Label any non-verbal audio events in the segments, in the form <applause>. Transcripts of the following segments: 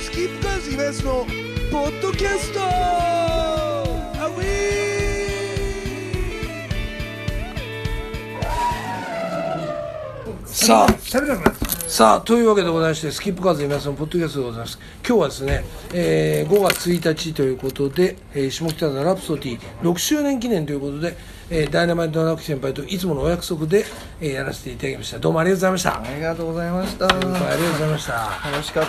スキップカーズイベントのポッドキャストアウィーさあ喋らなくなったさあというわけでございましてスキップカーズイベントのポッドキャストでございます今日はですね、えー5月1日ということで、えー下北沢ラプソディ6周年記念ということで、えーダイナマイト直樹先輩といつものお約束で、えーやらせていただきましたどうもありがとうございました、ありがとうございました先輩ありがとうございました楽しか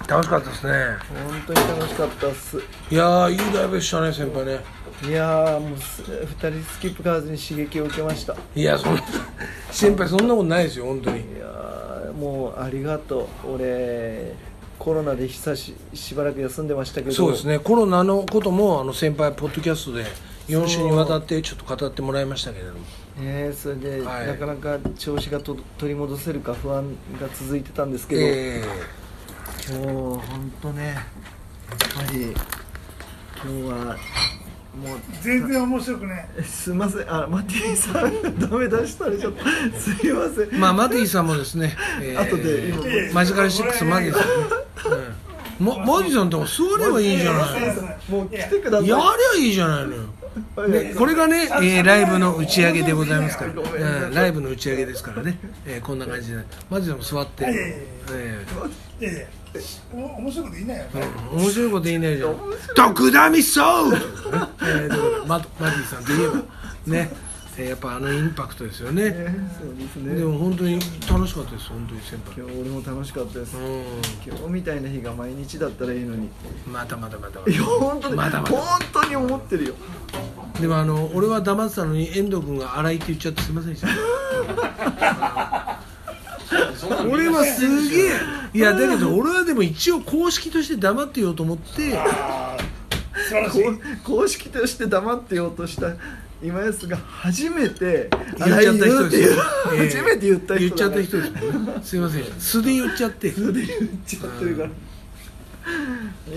った楽しかったですね本当に楽しかったっすいやーいいライブでしたね先輩ねいやーもうす二人スキップカーズに刺激を受けましたいいやそんな <laughs> 先輩そんなことないですよ本当にやーもうありがとう俺コロナで久ししばらく休んでましたけどそうですねコロナのこともあの先輩ポッドキャストで4週にわたってちょっと語ってもらいましたけれどもねそれで、はいなかなか調子がと取り戻せるか不安が続いてたんですけど、え今日本当ねやっぱり今日はもう全然面白くないすいませんあマティさんがダメ出しされちゃったすいませえんまあマティさんもですね、ええ後で今マジカルシップスマティさんね、うんま、マティさんでも座ればいいじゃないやもう来てくださいりゃいいじゃないのよね、これがね、えーライブの打ち上げでございますから、うん、ライブの打ち上げですからね、えーこんな感じでマジでも座って、いやいやいやえいやいやお面白いこと言いないよねー面白いこと言いないじゃん「徳田ミソ <laughs> ウ!」えーだからママディさんといえばね、えーやっぱあのインパクトですよねそうですでねも本当に楽しかったです本当に先輩今日俺も楽しかったですう今日みたいな日が毎日だったらいいのにんまたまたまたまいや本当にまだまだ本当に思ってるよたでもあの俺は黙ってたのに遠藤君が荒いって言っちゃってすいませんでした俺はすげえいやだけど俺はでも一応公式として黙ってようと思ってあー素晴らしいこ公式として黙ってようとした今安が初めて言っちゃった人ですよあれ言うっていう初めて言った人言っちゃだっかた人でらすもんねすいません素で言っちゃってそれで言っちゃってるから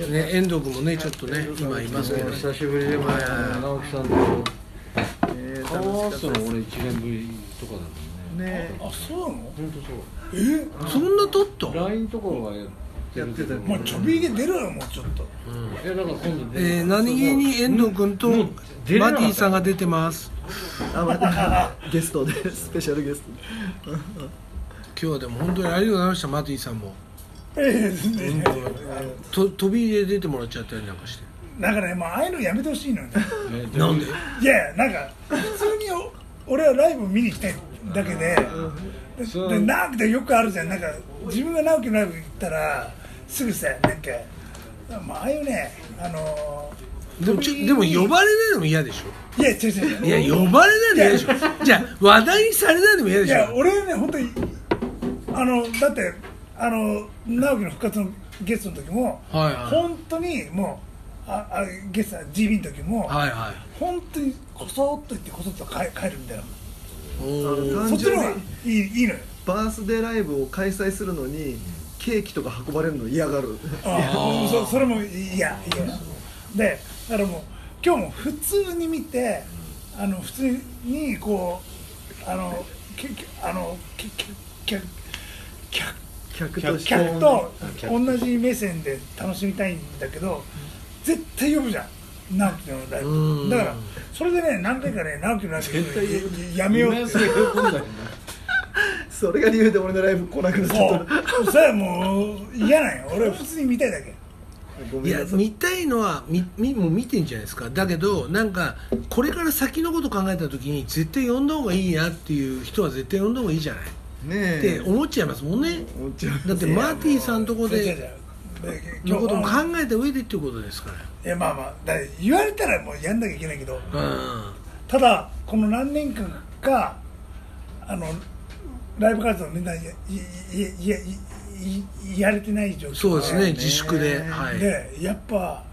ね遠藤君もねちょっとね今いますけど久しぶりでもね直樹さんとえー顔を合わ楽しせかたったでの俺1年ぶりとかだもんすねねあそうなの本当えそんなとっとそう LINE とかはやってるけどやってもうちょびげ出ろよもうちょっといやだから今度出るえー何気に遠藤君ともうマデ出れなかったィさんが出てますあまたゲストでスペシャルゲストで今日はでも本当にありがとうございましたマディさんもええねと飛び入れ出てもらっちゃったりなんかしてなんかねもうああいうのやめてほしいのよねね出るなんでいやいやなんか普通にお俺はライブ見に来たいだけででそうで直樹でよくあるじゃんなんか自分が直樹のライブ行ったらすぐさなんかまあああいうねあのでもちょでも呼ばれないのも嫌でしょーいや違う違う違ういや呼ばれないの嫌でし <laughs> ょじゃあ話題にされないのも嫌でいしやょ俺ね本当にあのだってあの直樹の復活のゲストの時も、はいはい本当にもうああゲスト GB の時も、はいはい本当にこそっと行ってこそっと帰帰るみたいなおあーのそっちの方がいいいいのよバースデーライブを開催するのにケーキとか運ばれるの嫌がるあ <laughs> そそれもいやいやでだからもう今日も普通に見てあの普通にこうあのけけあのけけけ客客として客と同じ目線で楽しみたいんだけど絶対呼ぶじゃん直樹のライうんブだからそれでね何回かね直樹のライブやめようって今すぐ喜んだよねそれが理由で俺のライブ来なくなっちゃそっうそれはもう嫌なんよ俺は普通に見たいだけたごいめんやなさい見たいのはみみもう見てんじゃないですかだけどなんかこれから先のこと考えた時に絶対呼んだ方がいいなっていう人は絶対呼んだ方がいいじゃないねってえ思っちゃいますもんね思っちゃうだってマーティさんとこ違う違でうでのことも考今日えた上でっていうことですからいやまあまあだから言われたらもうやんなきゃいけないけどうんただこの何年間かあのライブ活動みんなやいやいやいややれてない状況そうですねね自粛ではいでやっぱ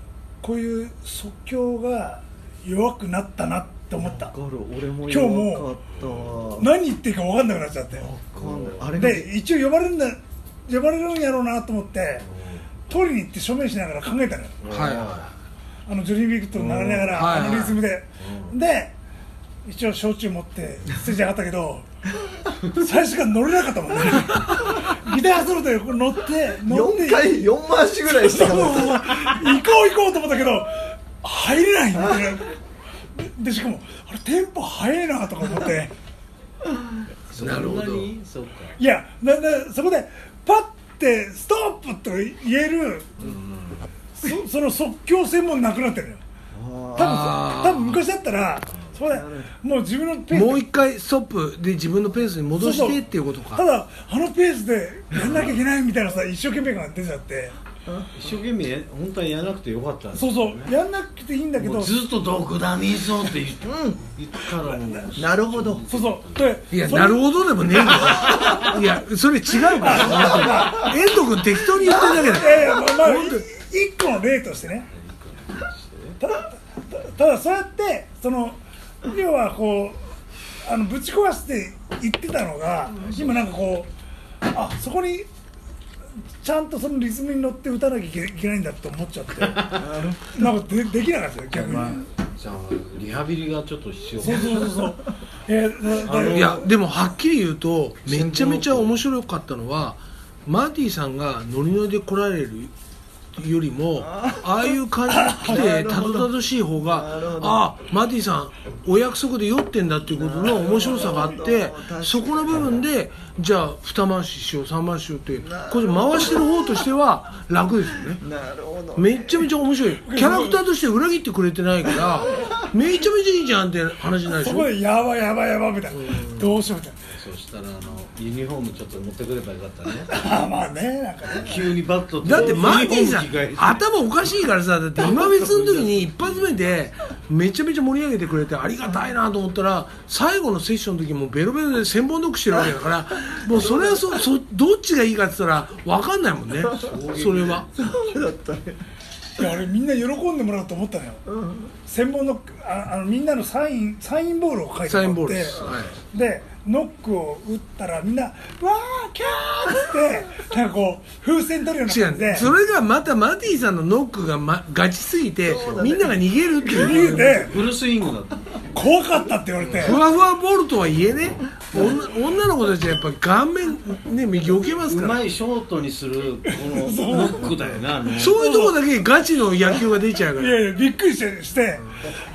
こういう即興が弱くなったなって思ったわかる俺も今日も弱かったわ何言っていいか分かんなくなっちゃってわかんないあれがで一応呼ばれるんだ呼ばれるんやろうなと思って取りに行って署名しながら考えたのよはいはあのジョニー・ビクトル流れながうんはいらあのリズムでで一応焼酎持ってステージ上がったけど最初から乗れなか <laughs> ったもんねギターソロで乗って乗って4回4回しぐらいしてかもうら行こう行こうと思ったけど入れないんだよねででしかもあれテンポ早いなとか思ってなるほどそんにそうかいやななそこでパッてストップと言える、そその即興性もなくなってるのよ多分あさー多分昔だったらそこでもう自分のペースでもう一回ストップで自分のペースに戻してっていうことかただあのペースでやんなきゃいけないみたいなさ一生懸命感出ちゃって一生懸命本当はやらなくてよかったんだそうそうやんなくていいんだけもどうそうずっと「毒ダミーソン」って言っ言ったらもうなるほどそうでいや、そなるほどでもねえんだよ。いや、それ違う <laughs> から。遠藤君適当に言ってるだけいやだいやよ。まあまあい一個の例としてねただたただそうやってその要はこうあのぶち壊して言ってたのが今なんかこうあそこにちゃんとそのリズムに乗って打たなきゃいけいけないんだと思っちゃっ <laughs> てなんかでできなかったよ逆に、じゃあリハビリがちょっと必要そうそうそうそうえーだだあのいや、でもはっきり言うと、めちゃめちゃ面白かったのは、マーティさんがノリノリで来られるよりも、ああいう感じ <laughs> で来て、たどたどしい方が、ああ、マーティさん、お約束で酔ってんだっていうことの面白さがあって、そこの部分で、じゃあ、二回ししよう、三回しようって、これ回してる方としては楽ですよね。なるほどめっちゃめちゃ面白いキャラクターとして裏切ってくれてないからめちゃめちゃいいじゃんって話になるでそしこょでやばいやばいやばいみたいなどうしようみたいそしたらあのユニフォームちょっと持ってくればよかったねなあーまあねなんかね急にバットだってマーティンさユニフォーム着替えてん頭おかしいからさ <laughs> だって今別の時に一発目でめちゃめちゃ盛り上げてくれてありがたいなと思ったら最後のセッションの時もうベロベロで千本ノックしてるわけだ <laughs> からもうそれはそそどっちがいいかって言ったら分かんないもんねそれはいや俺みんな喜んでもらうと思ったのよ、専門のああのみんなのサインサインボールを書いてもらってサインボールです、はいでノックを打ったらみんな「わーキャー!」っつってなんかこう風船取るような違感うじでねそれがまたマーティンさんのノックが、ま、ガチすぎてみんなが逃げるって理いう由でフルスイングだった怖かったって言われてふわふわボールとはいえね女女の子たちはやっぱ顔面ね右受けますうからまいショートにするこのノックだよなあのそういうとこだけガチの野球が出ちゃうかいらやいやびっくりしてして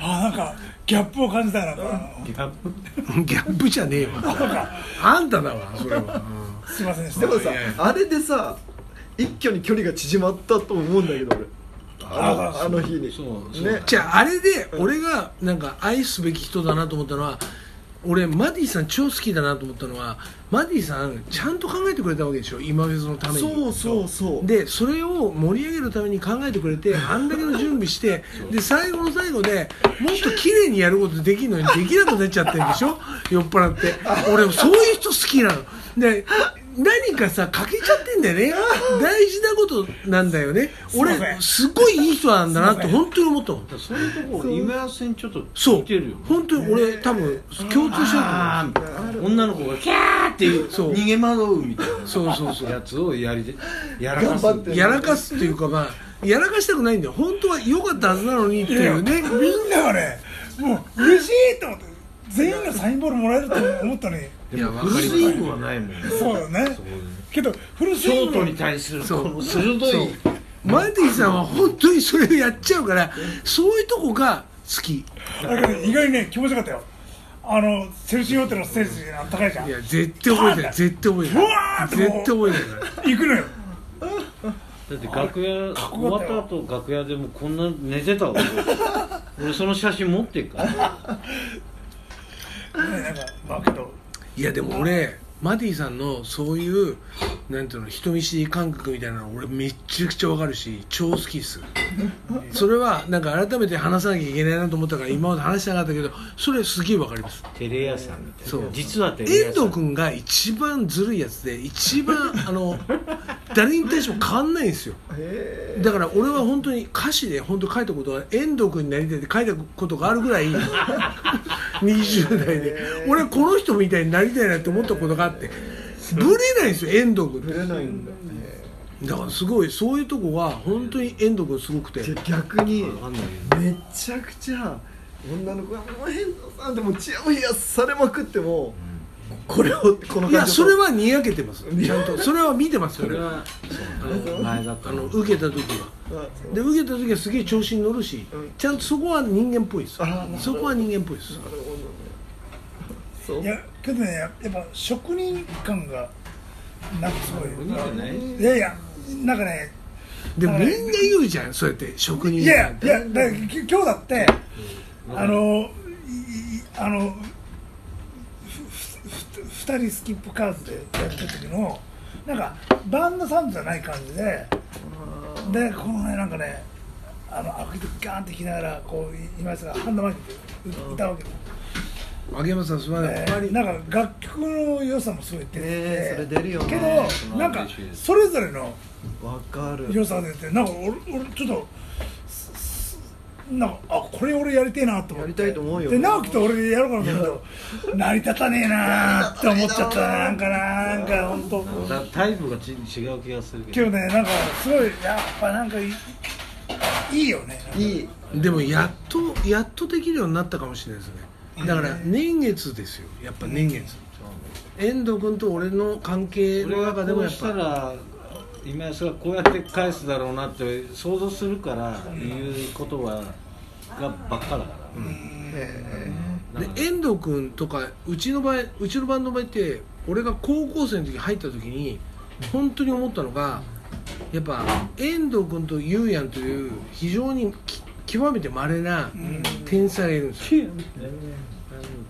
あなんかギャップを感じたよなんかギャップギャップじゃねえわあんただわそれはすいませんでしでたもさあれでさ一挙に距離が縮まったと思うんだけど俺あのあの日にそうそうねじゃああれで俺がなんか愛すべき人だなと思ったのは俺マディさん超好きだなと思ったのはマディさんちゃんと考えてくれたわけでしょ今フェスのためにそうそうそうでそれを盛り上げるために考えてくれ <laughs> てあんだけの準備してで最後の最後でもっと綺麗にやることできるのにできなくなっちゃってるでし <laughs> ょ酔っ払って俺そういう人好きなので何かさ欠けちゃってんだよ <laughs> ね大事なことなんだよねすいませ俺んすごいいい人なんだなって本当に思ったもんそういうとこ俺今安にちょっとそ似うてるよね本当に俺多分共通してると思うあーみたいな女の子がキャーっていうそう逃げ惑うみたいなそうそうそうやつをやりでやらかす頑張ってやらかすっていうかまあやらかしたくないんだよ本当は良かったはずなのにっていうみねんながねもう嬉しいと思って全員がサインボールもらえると思ったのにでもいやフルスイングはないもんねそうだよねけどフルスシイングョートに対するこの鋭そういマーティンさんは本当にそれをやっちゃうからそういうとこが好きいだからね意外にね気持ちよかったよあのセルシーホテルのステージあったかいじゃんや絶対覚えてない絶対覚えてなうわーいって絶対覚えてない行くのよだって楽屋終よわった後楽屋でもこんな寝てたわ俺俺その写真持ってっからねなんかまあけどいやでも俺マディさんのそういうなんていうの人見知り感覚みたいなの俺めっちゃくちゃわかるし超好きっすそれはなんか改めて話さなきゃいけないなと思ったから今まで話してなかったけどそれすげえわかりますテレ屋さんみたいなそう実はテレ遠屋さん藤君が一番ずるいやつで一番あの誰に対しても変わんないんですよだから俺は本当に歌詞で本当書いたことは遠藤君になりたいって書いたことがある <laughs> ぐらい20代で俺はこの人みたいになりたいなって思ったことがあってぶれないんですよ遠藤君触れないんだだからすごいそういうとこは本当に遠藤君すごくてじゃあ逆にわかんないよめちゃくちゃ女の子が「もう変なさん」でもチヤホヤされまくっても、これをこの感じをいやそれはにやけてますちゃんとそれは見てますそよれ俺はそう前だったあのの受けた時はあで受けた時はすげえ調子に乗るし、うんちゃんとそこは人間っぽいですあなるほどそこは人間っぽいですそういやけどねやっぱ職人感がなんかすごいいやいやなんかねでもみんな言うじゃんそうやって職人いやなんいてやだからき今日だってあのいいあのふふふ二人スキップカーズでやった時のなんかバンドサウンドじゃない感じででこのねなんかねあのアクリルガーンって弾きながらこう今井さんがハンドマイクでう歌うわけよ、秋山さんすまない、えあまりーなんか楽曲の良さもすごい出てて、ねそれ出るよねけそどのなんか嬉しいですそれぞれのわかる良さが出てなんか俺俺ちょっとすすなんかあこれ俺やりてえなと思ってやりたいと思うよで直樹と俺でやろうかなと思ったけど成り立たねえなーって思っちゃったななんかななんか本当だタイプがち違う気がするけ今ど日ねなんかすごいやっぱなんかいいいいよねいいでもやっとやっとできるようになったかもしれないですねだから年月ですよやっぱ年月、遠藤君と俺の関係俺のが中でこもうやっしたぱら今やそれはこうやって返すだろうなって想像するから言うことはがばっかだから、えで遠藤君とかうちの場合うちのバンドの場合って俺が高校生の時入った時に本当に思ったのがやっぱ遠藤君とゆうやんという非常にき極めて稀な天才がいるんですよ、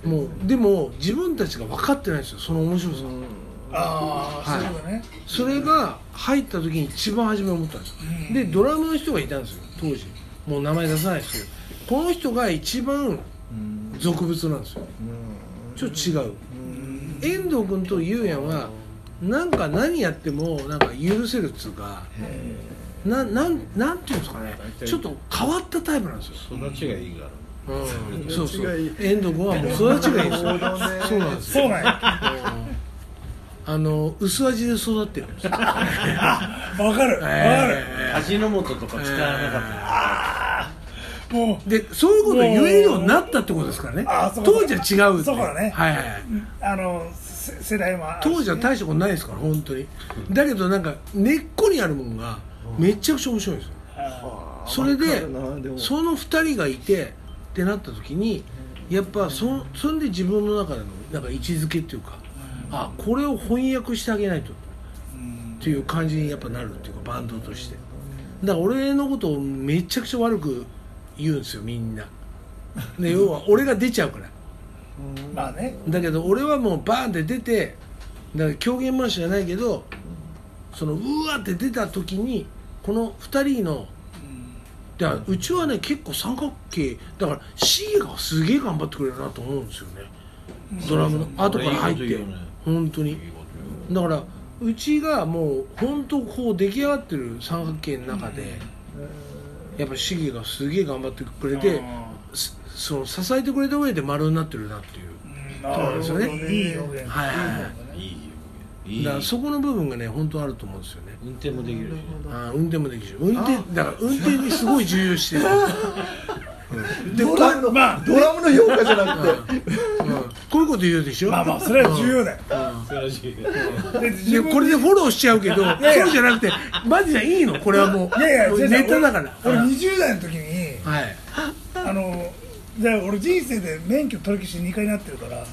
もうでも自分たちが分かってないんですよその面白さ、ああ、はいそうだねそれが入った時に一番初め思ったんですよ、うんでドラムの人がいたんですよ当時もう名前出さないですけどこの人が一番俗物なんですよちょっと違う遠藤君とゆうやんはなんか何やってもなんか許せるっつうかななんなんていうんですかねちょっと変わったタイプなんですよ、育ちがいいからうん、そうそう育ちがいい遠藤君はもう育ちがいいですよそうなんですよそうなんやあの薄味で育ってるんですよわかるわかる、味の素とか使わなかった、もうでそういうことを言えるようになったってことですからねあそうか当時は違うってそうかねはいはいはいあのせ世代もあるしね当時は大したことないですから本当にだけどなんか根っこにあるものがめちゃくちゃ面白いんですよそれわでかるなでもその2人がいてってなった時にやっぱそそんで自分の中でのなんか位置づけっていうかあこれを翻訳してあげないとっていう感じにやっぱなるっていうかバンドとしてだから俺のことをめちゃくちゃ悪く言うんですよみんなで要は俺が出ちゃうからまあねだけど俺はもうバーンって出てだから狂言回しじゃないけどそのうわーって出た時にこの2人のだからうちはね結構三角形だから C がすげえ頑張ってくれるなと思うんですよねドラムの後から入っいいてこと言うね本当にだからうちがもう本当こう出来上がってる三角形の中でやっぱシゲがすげえ頑張ってくれてすその支えてくれた上で丸になってるなっていうなそうですよねいい表現はいはいはいいいよいいだからそこの部分がね本当あると思うんですよね運転もできるしねあー運転もできるし運転だから運転にすごい重要視 <laughs> してる、でドラムの、まあドラムの評価じゃなくてうんこういうこと言うでしょまあまあそれは重要だよ素晴らしいでで自分これでフォローしちゃうけどそうじゃなくてマジじゃいいのこれはもういやいやもう全然ネタだから俺うん20代の時にはいあので俺人生で免許取り消し2回なってるからはい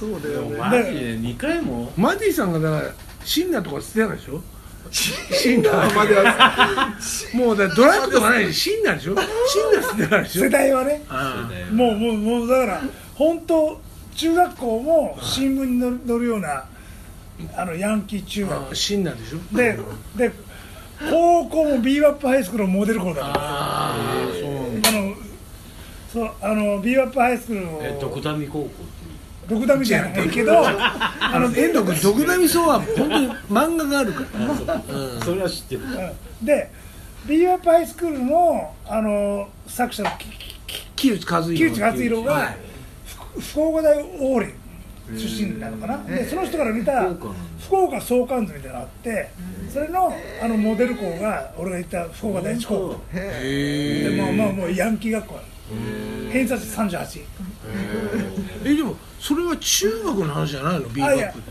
そうだよねマジで2回もマディさんがだからシンナーとか捨てたんでしょシンナーまではもうだからドラッグとかないでシンナーでしょシンナー捨てたんでしょ世代はねあもうもうもうだから本当中学校も新聞に載る載るようなあのヤンキー中ーあー学シンナーでしょでで高校もビーバップハイスクールのモデル校だからああそうなんだあのそうあのビーバップハイスクールのえドクダミ高校って独断みたいないけどああのの遠遠藤藤君ドクダミソは本当に漫画があるからいう、それは知ってるうんで b ワップハイスクールのあの作者のきき木内和弘木内勝弘はがいふ福岡大王林出身なのかな、でその人から見た福岡なんだ福岡相関図みたいなのがあってそれのあのモデル校が俺が行った福岡第一高校でもうもうもうヤンキー学校なの偏差値38えでもそれは中学の話じゃないのビーバいッやプっ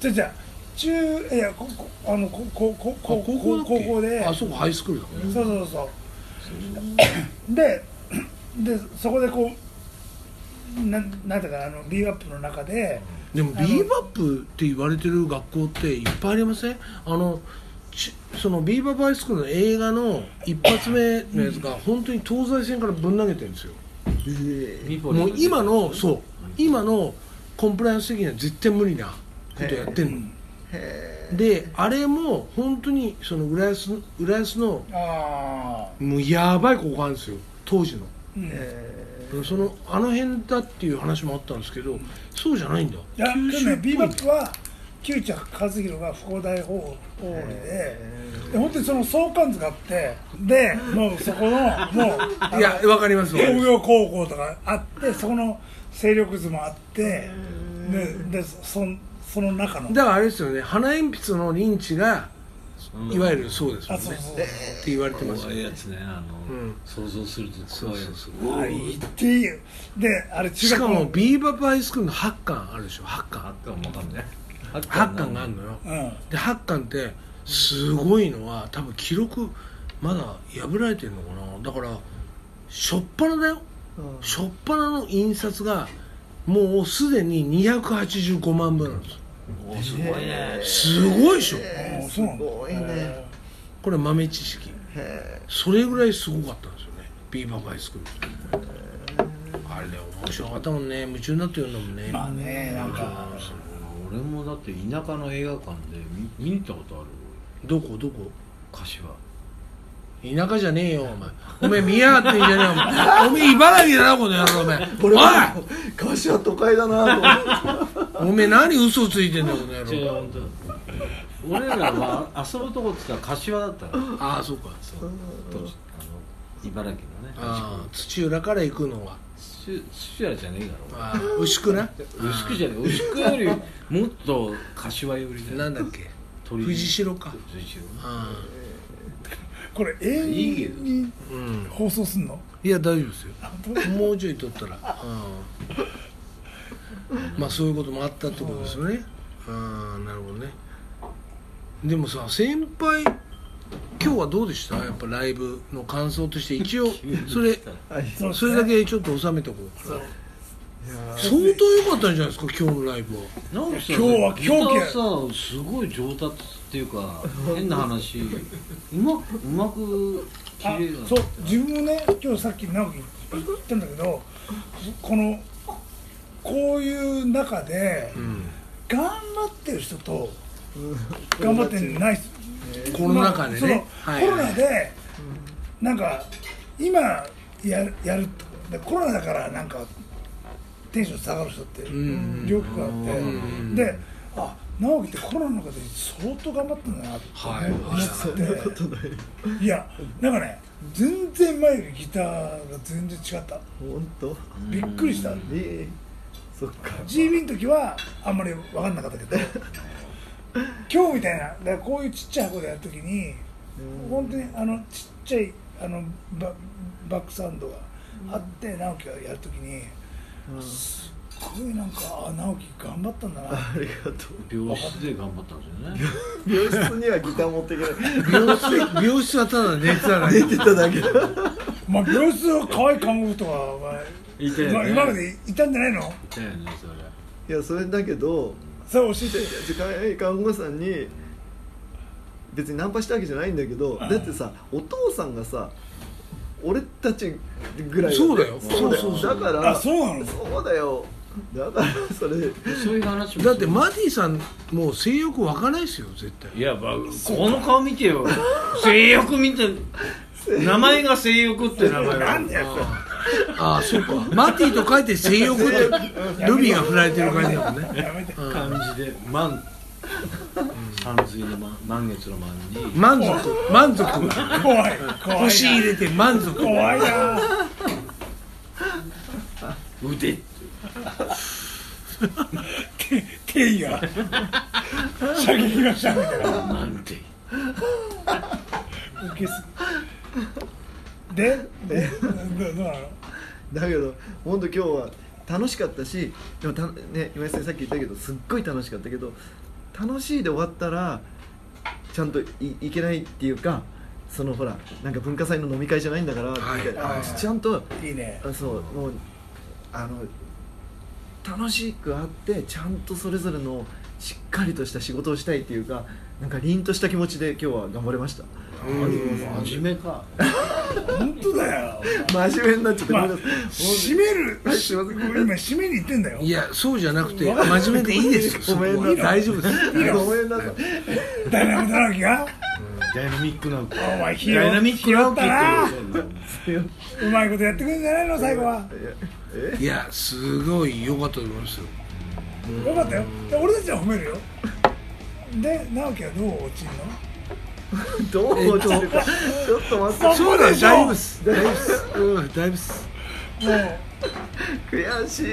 てじゃあじゃあ中いやここあのこここあこだっけ高校であそこハイスクールだもんねそうそうそう。で、 <coughs> でそこでこう、なんなんていうかあのビーバップの中で、でもビーバップって言われてる学校っていっぱいありませんあのちそのビーバップハイスクールの映画の一発目のやつが本当に東西線からぶん投げてるんですよえミポリンもう今のそう今のコンプライアンス的には絶対無理なことやってんのであれも本当にその浦安浦安のああ、もうやばい高校あるんですよ当時のうん、えそのあの辺だっていう話もあったんですけどそうじゃないんだいやでも九州ねっぽいビーバップは九着和弘が福大ホールで。で本当にその相関図があってでもうそこのもうあのいやわかりますわか工ります業高校とかあってそこの勢力図もあってででそその中のだからあれですよね花鉛筆のリンチがいわゆるそうですもあんねそうっそうて言われてますよ怖いねやつねあの、ん想像すると怖いやつあ言っていいよであれ中し学か校もビーバップハイスクールの8巻あるでしょ8ハ巻ッカーもわかんないハッ8巻があるのようんで8巻ってすごいのは多分記録まだ破られてるのかなだから初っ端だようん初っ端の印刷がもうすでに285万部なんですよおすごいねすごいでしょあえそうなんだすごいねへこれ豆知識それぐらいすごかったんですよねビーバーハイスクールあれ面白かったもんね夢中になってるんだもんね、えまあねなんかあそう俺もだって田舎の映画館で見見に行ったことあるどこどこ俺柏田舎じゃねえよお前お前見やがってんじゃねえよお前お前茨城だなこの野郎お前俺も柏都会だなと思っておいお前何嘘ついてんだこの野違う郎本当俺らは遊ぶとこって言ったら柏だったからああそうかそう当時あの茨城のねああ土浦から行くのは土土屋じゃねえだろああ牛久な牛久じゃねえ牛久よりもっと柏寄りだよなんだっけ鳥居藤代か藤代あこれ永いいけ遠どにあうん放送すんのいや大丈夫ですよあ本当もうちょい取ったら、うん、まあそういうこともあったってことですよねうんなるほどねでもさ先輩今日はどうでしたやっぱライブの感想として一応それはいそうそれだけちょっと収めておこうかな相当良かったんじゃないですか今日のライブはなんかさ今日はギター狂気さすごい上達っていうか変な話うまくうまく綺あ麗だなそう自分もね今日さっき直樹に言ったんだけどこのこういう中でうん頑張ってる人と頑張ってない人コロナ禍でねまあはそいのコロナでなんか今やるやるでコロナだからなんかテンション下がる人ってん両方あって、うんであ直樹ってコロナの中で相当頑張ったんだなってはいはそんなことないいやなんかね全然前よりギターが全然違った本当びっくりしたええそっか GB の時はあんまり分かんなかったけ <laughs> ど今日みたいなだからこういうちっちゃい箱でやる時に本当にあのちっちゃいあのババックサウンドがあって直樹がやる時にすっごいなんかあ直樹頑張ったんだなってありがとう病室で頑張ったんですよね病室にはギター持っていけ <laughs> ないい病室病室はただ <laughs> 寝てたら出てただけだまあ病室の可愛い看護婦とかは、いたまよあ、ね今までいたんじゃないのいたよねそれいやそれだけどそれ教えて時間看護師さんに別にナンパしたわけじゃないんだけどだってさお父さんがさ俺たちぐらいそうだよそうだそうそようそだうからあそうなのそうだよだからそれそういう話もだってマディさんもう性欲湧かないですよ絶対いやまあこの顔見てよ性欲見て名前が性欲って名前なんだよああそうかマティと書いて性欲ってルビーが振られてる感じだもんねやめて漢字で満三水の満満月の満に満足満足怖い怖いな腰入れて満足怖いな腕ってて定義が射撃がしたみたいななんて受けすぎででどどうなのだけど本当今日は楽しかったしでもた、ね、今井先生さっき言ったけどすっごい楽しかったけど楽しいで終わったらちゃんといいけないっていうかそのほらなんか文化祭の飲み会じゃないんだから、はいみたいなはいあちゃんといいねあそうもうあの楽しくあってちゃんとそれぞれのしっかりとした仕事をしたいっていうかなんか凛とした気持ちで今日は頑張れましたうん真面目か本当だよ真面目になっちゃってごめんなさい締めるはいすいません俺今締めに行ってんだよいやそうじゃなくて真面目でいいですよそ <laughs> こごめんなは大丈夫ですごめんなさいダイナミックなわけがダイナミックなおお前拾ダイナミックな拾おっけたなすいまうまいことやってくるんじゃないの最後はせんえいやすごい良かったと思いますよよかったよで俺たちは褒めるよで直樹はどう落ちるのどう落ちるかちょっと待ってそうだで大しょ丈夫です大丈夫ですうん大丈夫ですもう悔しい